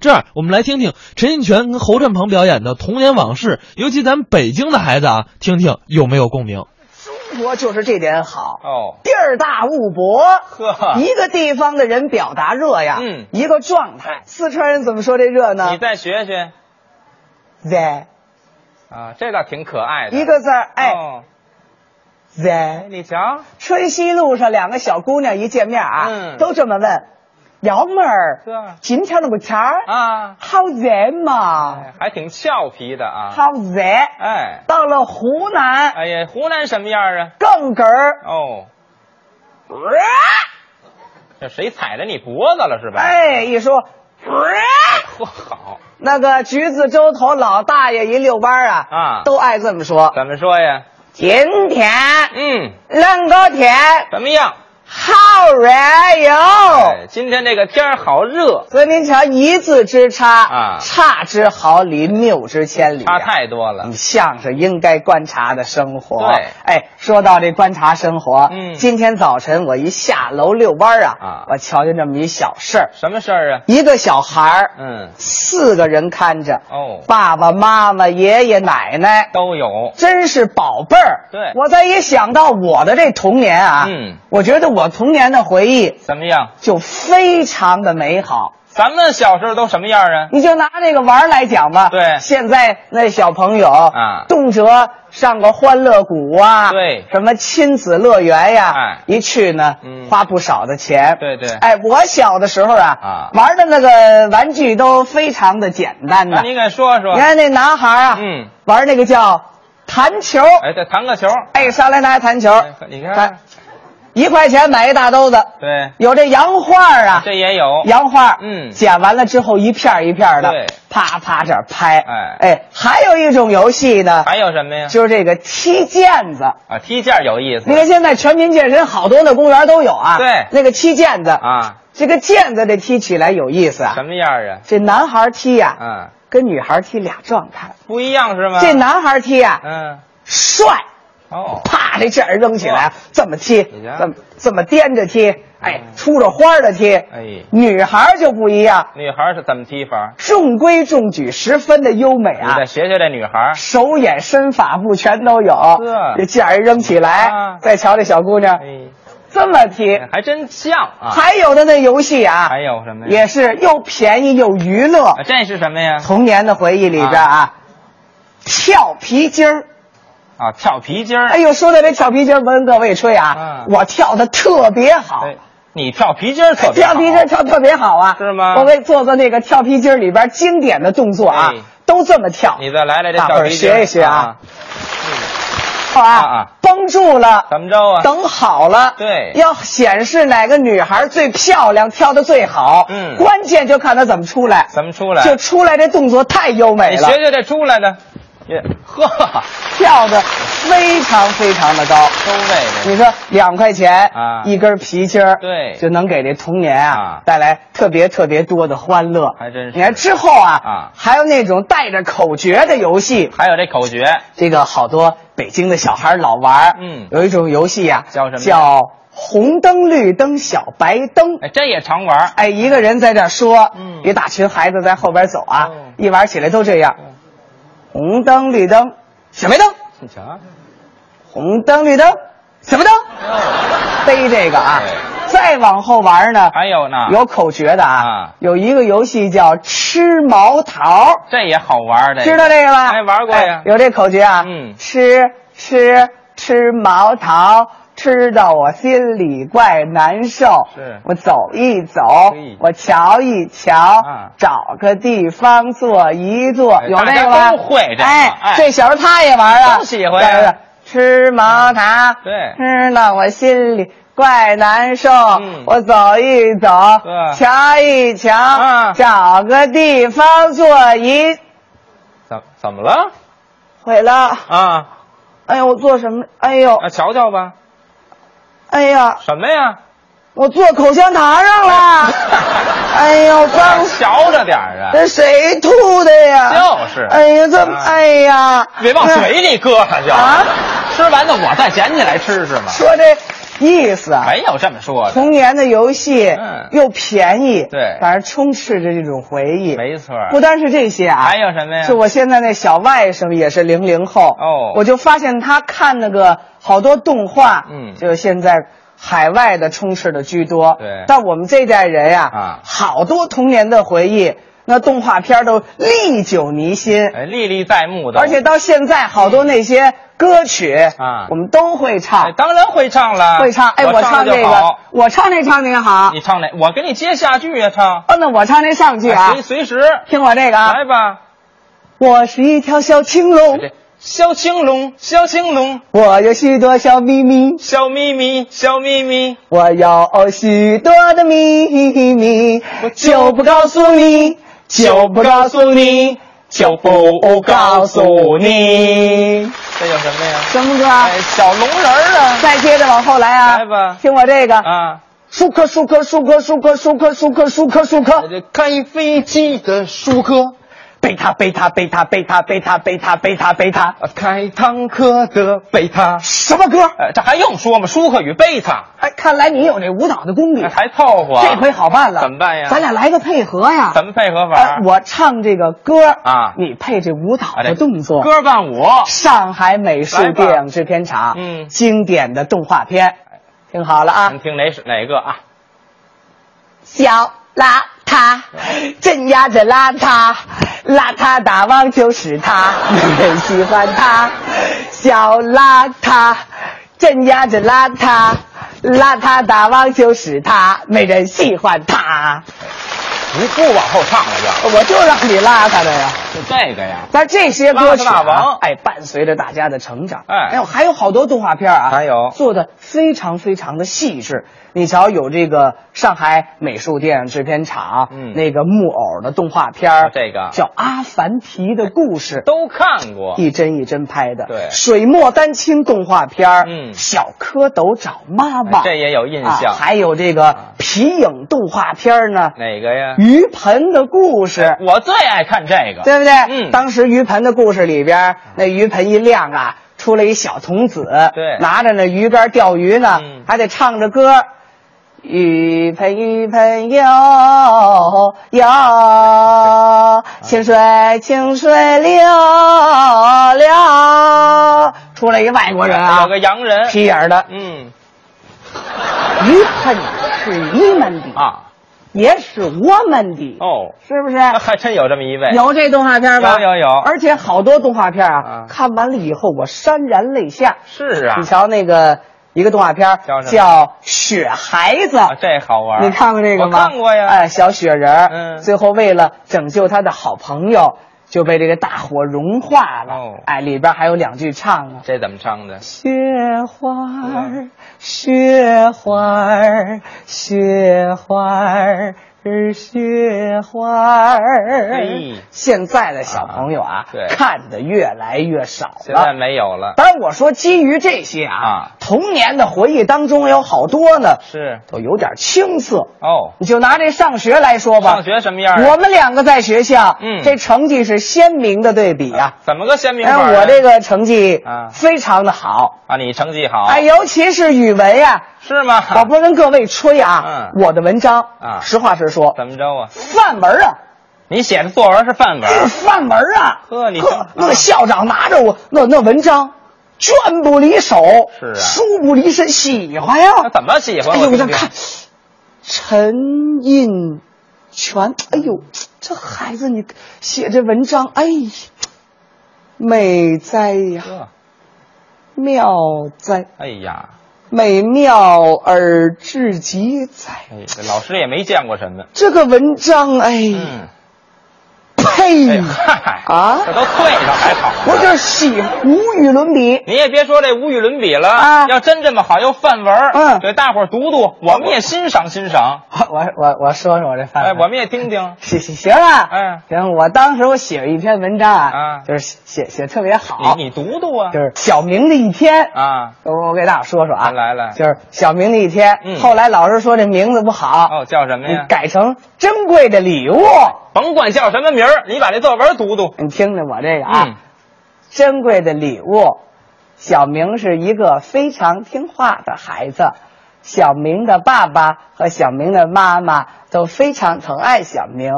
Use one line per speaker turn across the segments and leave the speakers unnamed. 这样，我们来听听陈印泉跟侯振鹏表演的《童年往事》，尤其咱们北京的孩子啊，听听有没有共鸣。
中国就是这点好，
哦，
地儿大物博，
呵
一个地方的人表达热呀，
嗯
一个状态。四川人怎么说这热呢
你？再学学
在
啊，这倒挺可爱的。
一个字儿，哎，
哦，
在
哎，你瞧，
春熙路上两个小姑娘一见面啊，
嗯
都这么问，幺妹儿，
呵
今天的午餐儿
啊，
好热
哎
嘛？
还挺俏皮的啊。
好热。
哎，
到了湖南、
哎呀，湖南什么样啊？
更哏儿，
哦，这谁踩着你脖子了是吧？，
哎，一说。
嚯，好，
那个橘子洲头老大爷一遛弯儿啊，
啊
都爱这么说。
怎么说呀？
今天
嗯，
能够天
怎么样？
好热哟，
哎，今天这个天儿好热，
所以您瞧一字之差
啊
差之毫厘，谬之千里、
差
啊。
太多了。
像是应该观察的生活。
对
哎，说到这观察生活，
嗯
今天早晨我一下楼遛弯儿啊，
啊
我瞧见这么一小事儿，
什么事儿啊？
一个小孩儿，
嗯，
四个人看着，
哦，
爸爸妈妈、爷爷奶奶，
都有。
真是宝贝儿。
对
我再一想到我的这童年啊，
嗯，
我觉得我童年的回忆
怎么样？
就非常的美好。
咱们小时候都什么样啊？
你就拿那个玩儿来讲吧，
对
现在那小朋友
啊
动辄上个欢乐谷啊，
对
什么亲子乐园呀、
哎
一去呢，
嗯
花不少的钱，
对对
哎，我小的时候啊，
啊
玩的那个玩具都非常的简单的，
那您啊给说哎说
嗯你。看那男孩啊，
嗯，
玩那个叫弹球，
哎，再弹个球。
哎，上来拿弹球，
哎你看，
一块钱买一大兜子，
对，
有这洋画啊，
这也有。
洋画，
嗯
剪完了之后一片儿一片儿的
对，
啪啪这儿拍，
哎
哎，还有一种游戏呢，
还有什么呀？
就是这个踢毽子。
啊，踢毽儿有意思
你看现在全民健身，好多的公园都有啊。
对
那个踢毽子，
啊，
这个毽子这踢起来有意思啊
什。么样儿啊？
这男孩踢呀、
嗯，
跟女孩踢俩状态。
不一样是吗？
这男孩踢呀、
嗯，
帅，
哦，
啪，这毽儿扔起来
哇，
这么踢，
你瞧嗯
这么这么颠着踢，哎，出着花儿的踢。
哎，
女孩儿就不一样，
女孩儿是怎么踢法？
中规中矩，十分的优美
你
啊
再。学学这女孩儿。
手眼身法步全都有这
是，
毽儿一扔起来
啊，
再瞧这小姑娘
哎，
这么踢，
还真像啊。
还有的那游戏啊
还，有什么呀？
也是又便宜又娱乐
啊。这是什么呀？
童年的回忆里边啊，跳皮筋儿，
啊，跳皮筋儿。
哎呦，说到这跳皮筋儿，我跟各位吹啊
啊，
我跳的特别好。
哎，你跳皮筋儿特别好
跳皮筋儿跳特别好啊，
是吗
我给做做那个跳皮筋儿里边经典的动作啊
哎，
都这么跳。
你再来来这
大伙
跳
儿
皮筋儿
学一学啊，
啊啊
绷住了，
怎么着啊？
等好了，
对
要显示哪个女孩最漂亮，跳的最好，
嗯
关键就看她怎么出来，
怎么出来？
就出来这动作太优美
你
了
学，学这出来的，也呵，
跳的非常非常的高。
都位
你
的。
说两块钱
啊
一根皮筋儿，
对
就能给这童年啊
啊
带来特别特别多的欢乐，
还真是
你看之后啊，
啊
还有那种带着口诀的游戏，
还有这口诀，哎
这个好多北京的小孩儿老玩儿
嗯
有一种游戏啊，
叫什么呀
叫红灯、绿灯、小白灯。
哎，这也常玩儿。
哎，一个人在这儿说，
嗯
一大群孩子在后边走啊，
哦
一玩起来都这样，
嗯
红灯、绿灯、小白灯，
你瞧，
红灯、绿灯、小白灯，背这个啊。再往后玩呢，
还有呢，
有口诀的啊
哎啊，
有一个游戏叫吃毛桃。
这也好玩儿的，
知道这个吧？
哎玩过呀
哎有这口诀啊，
嗯
吃吃吃毛桃，吃到我心里怪难受。
是
我走一走
嘿，
我瞧一瞧，
啊
找个地方坐一坐，
哎
有
大
这
家
个吧？
都会这个
哎，
哎
这小时候他也玩啊，
都喜欢呀
对对对吃毛桃，
对
吃到我心里。怪难受，
嗯
我走一走，
对
瞧一瞧，
啊
找个地方坐一
怎怎么了
毁了！
啊？
哎呦，我做什么？哎呦，
啊，瞧瞧吧，
哎呀，
什么呀？
我坐口香糖上 了！哎呦，脏死！
瞧着点儿啊，
这谁吐的呀？
就是
哎呀，这么
啊
哎呀，
别往嘴里搁了就
啊！
吃完了我再捡起来吃是吗？
说这意思啊。
没有这么说的，
童年的游戏
哎嗯
又便宜，
对
反正充斥着这种回忆。
没错。
不单是这些啊，
还有什哎么呀？
就我现在那小外甥也是零零后
哦
我就发现他看那个好多动画，
嗯
就现在海外的充斥的居多。
对
但我们这代人呀、
啊
好多童年的回忆，那动画片都历久弥新，
哎历历在目的，
而且到现在好多那些歌曲
啊
我们都会
哎
唱，
当然会唱了，
会唱。哎，我唱
的
这个
就好，
我唱这唱您好。
你唱哪？我给你接下句呀，唱。
哦，那我唱这上去啊
随，随时
听我这个啊，
哎
哦
来吧。哎
我是一条小青龙，
这小青龙，小青龙，
我有许多小秘密。
小咪咪，小咪咪，
我有许多的秘密，就不告诉你，就不告诉你，就不告诉你。啊
这叫什么呀？
什么歌？
哎，小龙人儿啊，
再接着往后来啊！
来吧
听我这个，
啊，
舒克舒克舒克舒克舒克舒克舒克舒克，
这开飞机的舒克，
贝塔贝塔贝塔贝塔贝塔贝塔贝塔贝塔，
啊开坦克的贝塔，
什么歌？
呃，这还用说吗？舒克与贝塔，
哎，看来你有这舞蹈的功 底
哎，还凑合。
嗯这回好办了。
怎么办呀
咱俩来个配合呀！
怎么配合
哎
法？
我唱这个歌
啊
你配这舞蹈
啊
的
这
动作。
歌伴舞，
上海美术电影制片厂，
嗯
经典的动画片，听好了啊
咱，听哪是哪个啊？
小邋遢，镇压着邋遢，邋遢大王就是 他，没人喜欢他，小邋遢，镇压着邋遢，邋遢大王就是他，没人喜欢他，
不不往后唱了就，
我就让你邋遢的呀。
就这个呀。
但这些歌曲、
邋遢大
啊
王，
哎，伴随着大家的成长。
哎
还有还有好多动画片啊，
还有
做的非常非常的细致。你瞧，有这个上海美术电影制片厂，
嗯
那个木偶的动画片儿，
啊这个
叫《阿凡提的故事》。
都看过，
一帧一帧拍的，
对
水墨丹青动画片儿
嗯
小蝌蚪找妈妈，
哎这也有印
啊
象。啊
还有这个皮影动画片儿呢，
哪个呀？
鱼盆的故事》，
我最爱看这个。
对不对？
嗯
当时鱼盆的故事里边，那鱼盆一亮啊，出来一小童子，
对
拿着那鱼竿钓鱼呢，
嗯
还得唱着歌。鱼盆鱼盆游游，清水清水流流。出来一外国人啊
有，个洋人。
皮眼儿的，
嗯
鱼盆是你们的，
啊
也是我们的，
哦，
是不是？
那还真有这么一位。
哎有这动画片吧？
哎有有有
而且好多动画片啊
啊，
看完了以后我潸然泪下。
是啊
你，瞧那个一个动画片
叫什么
叫《雪孩子》
啊，这好玩。
你看过这个吗？
我看过呀。
哎，小雪人儿，
嗯
最后为了拯救他的好朋友，就被这个大火融化了。
哦
哎，里边还有两句唱啊。
这怎么唱的？
雪花儿，雪花儿，雪花儿，雪花儿
嘿。
现在的小朋友啊
哎啊，对
看的越来越少
现在
了。
没有了。
当然，我说基于这些啊，
啊
童年的回忆当中有好多呢，
是
都有点青涩。
哦，
你就拿这上学来说吧，
上学什么样啊？
我们两个在学校，
嗯
这成绩是鲜明的对比啊。
怎么个鲜明
哎，
法啊？
我这个成绩
啊
非常的好，
啊，你成绩好。
哎，尤其是语文呀、
是吗？
我不是跟各位吹啊，
嗯
我的文章
啊
实话实说，
怎么着啊？
范文啊，
你写的作文是范文
这。范文啊，
呵你
呵
这
那
啊
个校长拿着我那那文章，卷不离手，
是啊
书不离身，喜欢呀、
那怎么喜欢？
哎呦，
我啊
我这
听听
看，陈印泉，哎呦，这孩子你写这文章，哎，美哉呀，
呵
妙哉。
哎呀，
美妙而至极哉！
哎，这老师也没见过什么。
这个文章，哎，
嗯，
呸！
哎嗨
啊
这都对上还好。
我就是喜无与伦比。
你也别说这无与伦比了，
啊
要真这么好，又范文，
嗯
给大伙儿读读，我们也欣赏 欣赏，
我 我我我说说我这范
哎，
文，
我们也听听，
行行行啊，
嗯
行，我当时我写了一篇文章啊，
啊
就是写写写特别 好，
你你读读啊，
就是小明的一天。
啊，
我我给大伙说说啊，
来来
就是小明的一天。
嗯
后来老师说这名字不好，
哦，叫什么
你
呀？
改成珍贵的礼物。
甭管叫什么名儿，你把这作文读读
你听着我这个啊，
嗯，
珍贵的礼物。小明是一个非常听话的孩子，小明的爸爸和小明的妈妈都非常疼爱小明。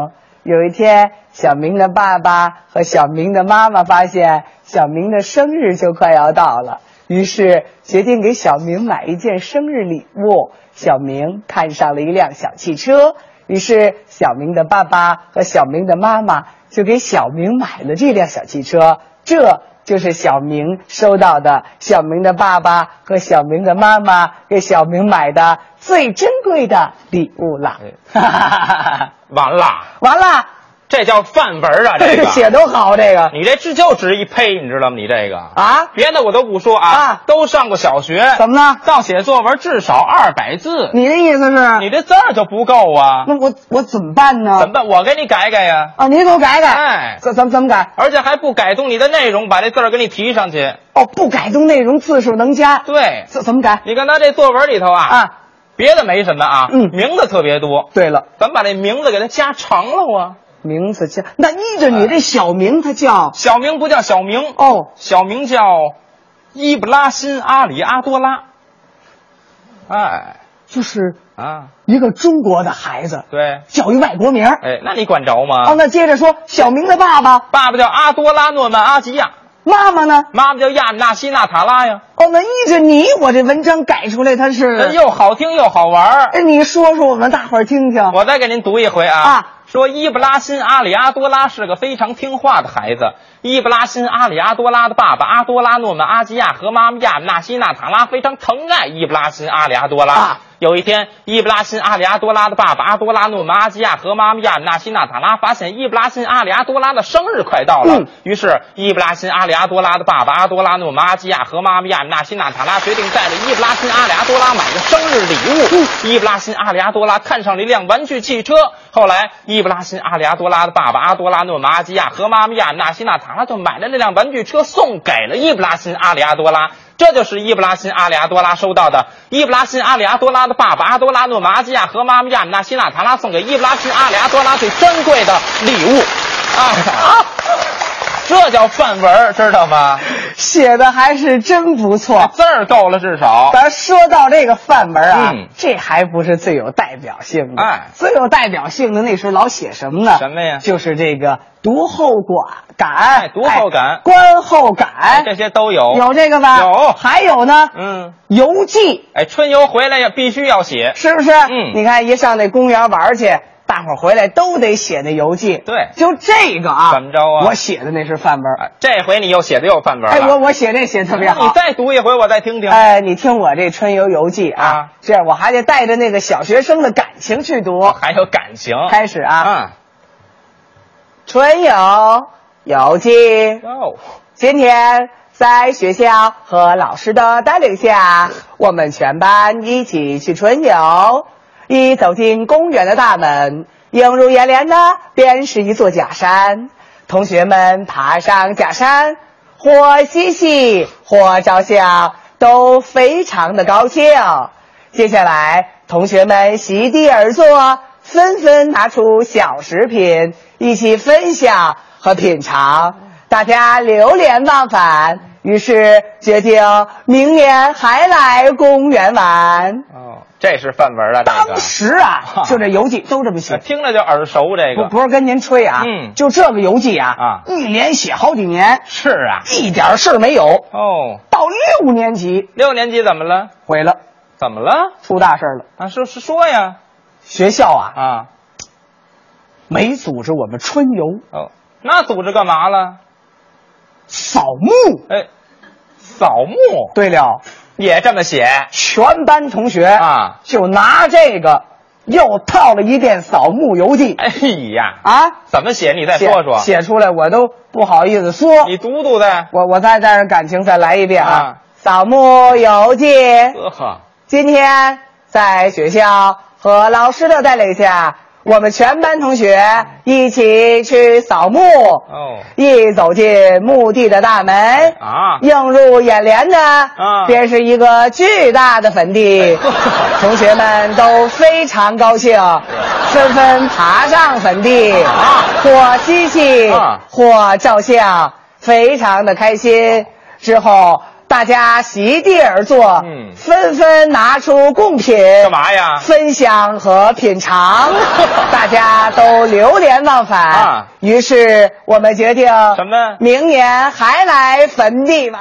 有一天，小明的爸爸和小明的妈妈发现小明的生日就快要到了，于是决定给小明买一件生日礼物。小明看上了一辆小汽车，于是小明的爸爸和小明的妈妈就给小明买了这辆小汽车。这就是小明收到的小明的爸爸和小明的妈妈给小明买的最珍贵的礼物了。
哎
哎
完了，
完了，
这叫范文啊！这
写
个，
都好，这个
你这哎这就值一呸，你知道吗？你这个，
啊，
别的我都不说
啊
啊，都上过小学，
怎么了？
到写作文至少二百字，
你的啊意思是？
你这字儿就不够啊？
那我我怎么办呢？
怎么办？我给你改改呀！
啊？您给我改改。
哎
怎怎怎么改？
而且还不改动你的内容，把这字儿给你提上去。
哦，不改动内容，字数能加。
对，
怎怎么改？
你看他这作文里头啊，
啊，
别的没什么啊，
嗯
名字特别多，
对了，
咱们把这名字给它加长了啊。
名字叫那依着你这小名，它叫
小名不叫小明，
哦，
小名叫伊布拉辛·阿里·阿多拉。哎
就是
啊，
一个中国的孩子
对，
叫一外国名儿。
哎，那你管着吗？
哦，那接着说，小明的爸爸
爸爸叫阿多拉诺曼·阿吉亚，
妈妈呢？
妈妈叫亚纳西纳塔拉呀。
哦，那依着你，我这文章改出来它
这
是。
又好听又好玩儿。
哎，你说说，我们大伙儿听听。
我再给您读一回啊，
啊
说伊布拉辛·阿里阿多拉是个非常听话的孩子。伊布拉辛·阿里阿多拉的爸爸阿多拉诺曼·阿基亚和妈妈亚纳西纳塔拉非常疼爱伊布拉辛·阿里阿多拉。
啊
有一天，伊布拉辛·阿里阿多拉的爸爸阿多拉诺曼·阿基亚和妈妈亚纳西纳塔拉发现伊布拉辛·阿里阿多拉的生日快到了，
嗯
于是伊布拉辛·阿里阿多拉的爸爸阿多拉诺曼·阿基亚和妈妈亚纳西纳塔拉决定带着伊布拉辛·阿里阿多拉买个生日礼物。伊布拉辛·阿里阿多拉看上了一辆玩具汽车。后来，伊布拉辛·阿里阿多拉的爸爸阿多拉诺马阿基亚和妈妈亚纳西纳塔拉就买了那辆玩具车，送给了伊布拉辛·阿里阿多拉。这就是伊布拉辛·阿里阿多拉收到的伊布拉辛·阿里阿多拉的爸爸阿多拉诺马阿基亚和妈妈亚纳西纳塔拉送给伊布拉辛·阿里阿多拉最珍贵的礼物。啊，这叫范文儿，知道吗？
写的还是真不错。
字儿够了，至少。
咱说到这个范文啊，
嗯
这还不是最有代表性的。
哎
最有代表性的那时候老写什么呢？
什么呀
就是这个读后管感，
哎读后感
哎观后感，
哎，这些都有。
有这个吧？
有
还有呢，
嗯，
游记
哎，春游回来要必须要写。
是不是？
嗯
你看一上那公园玩去。大伙儿回来都得写那游记，
对
就这个啊，
怎么着啊
我写的那是范文，
哎这回你又写的又范文
哎，我
了。
我写这写特别好。
你再读一回，我再听听。
哎，你听我这《春游游记》啊
啊，
这样我还得带着那个小学生的感情去读。
我还有感情。
开始啊，
啊，
春游游记》，
哦，
今天在学校和老师的带领下，我们全班一起去春游。一走进公园的大门，映入眼帘的便是一座假山。同学们爬上假山，或嬉戏，或照相，都非常的高兴。接下来，同学们席地而坐，纷纷拿出小食品，一起分享和品尝，大家流连忘返。于是决定明年还来公园玩。
哦，这是范文了，这
当
个
时啊，就这游 记都这么写，
听着就耳熟。这
不
哎个
不是跟您吹啊，
嗯
就这个游记啊
啊，
一连写好几年，
是啊。
一点事儿没有。
哦，
到六年级
六年级怎么了？
毁了，
怎么了？
出大事儿了。
啊，是是说呀。
学校啊，
啊，
没组织我们春游，
哦，那组织干嘛了？
扫墓。
哎，扫墓
对了，
也这么写
全班同学
啊？
就拿这个又套了一遍扫墓游记
哎呀，
啊，
怎么写？你再
写
说说。
写出来我都不好意思说。
你读读呗。
我我再带着感情再来一遍啊
啊，
扫墓游记》。
呵呵，
今天在学校和老师的带领下，我们全班同学一起去扫墓。
哦
一走进墓地的大门，
啊，
映入眼帘的
啊
便是一个巨大的坟 地。同学们都非常高兴，纷纷爬上坟地，
啊
或嬉戏，
啊
或照相，非常的开心。之后，大家席地而坐，
嗯
纷纷拿出贡品，
干嘛呀？
分享和品 尝，大家都流连忘返。
啊
于是我们决定
什么
明年还来坟地吧。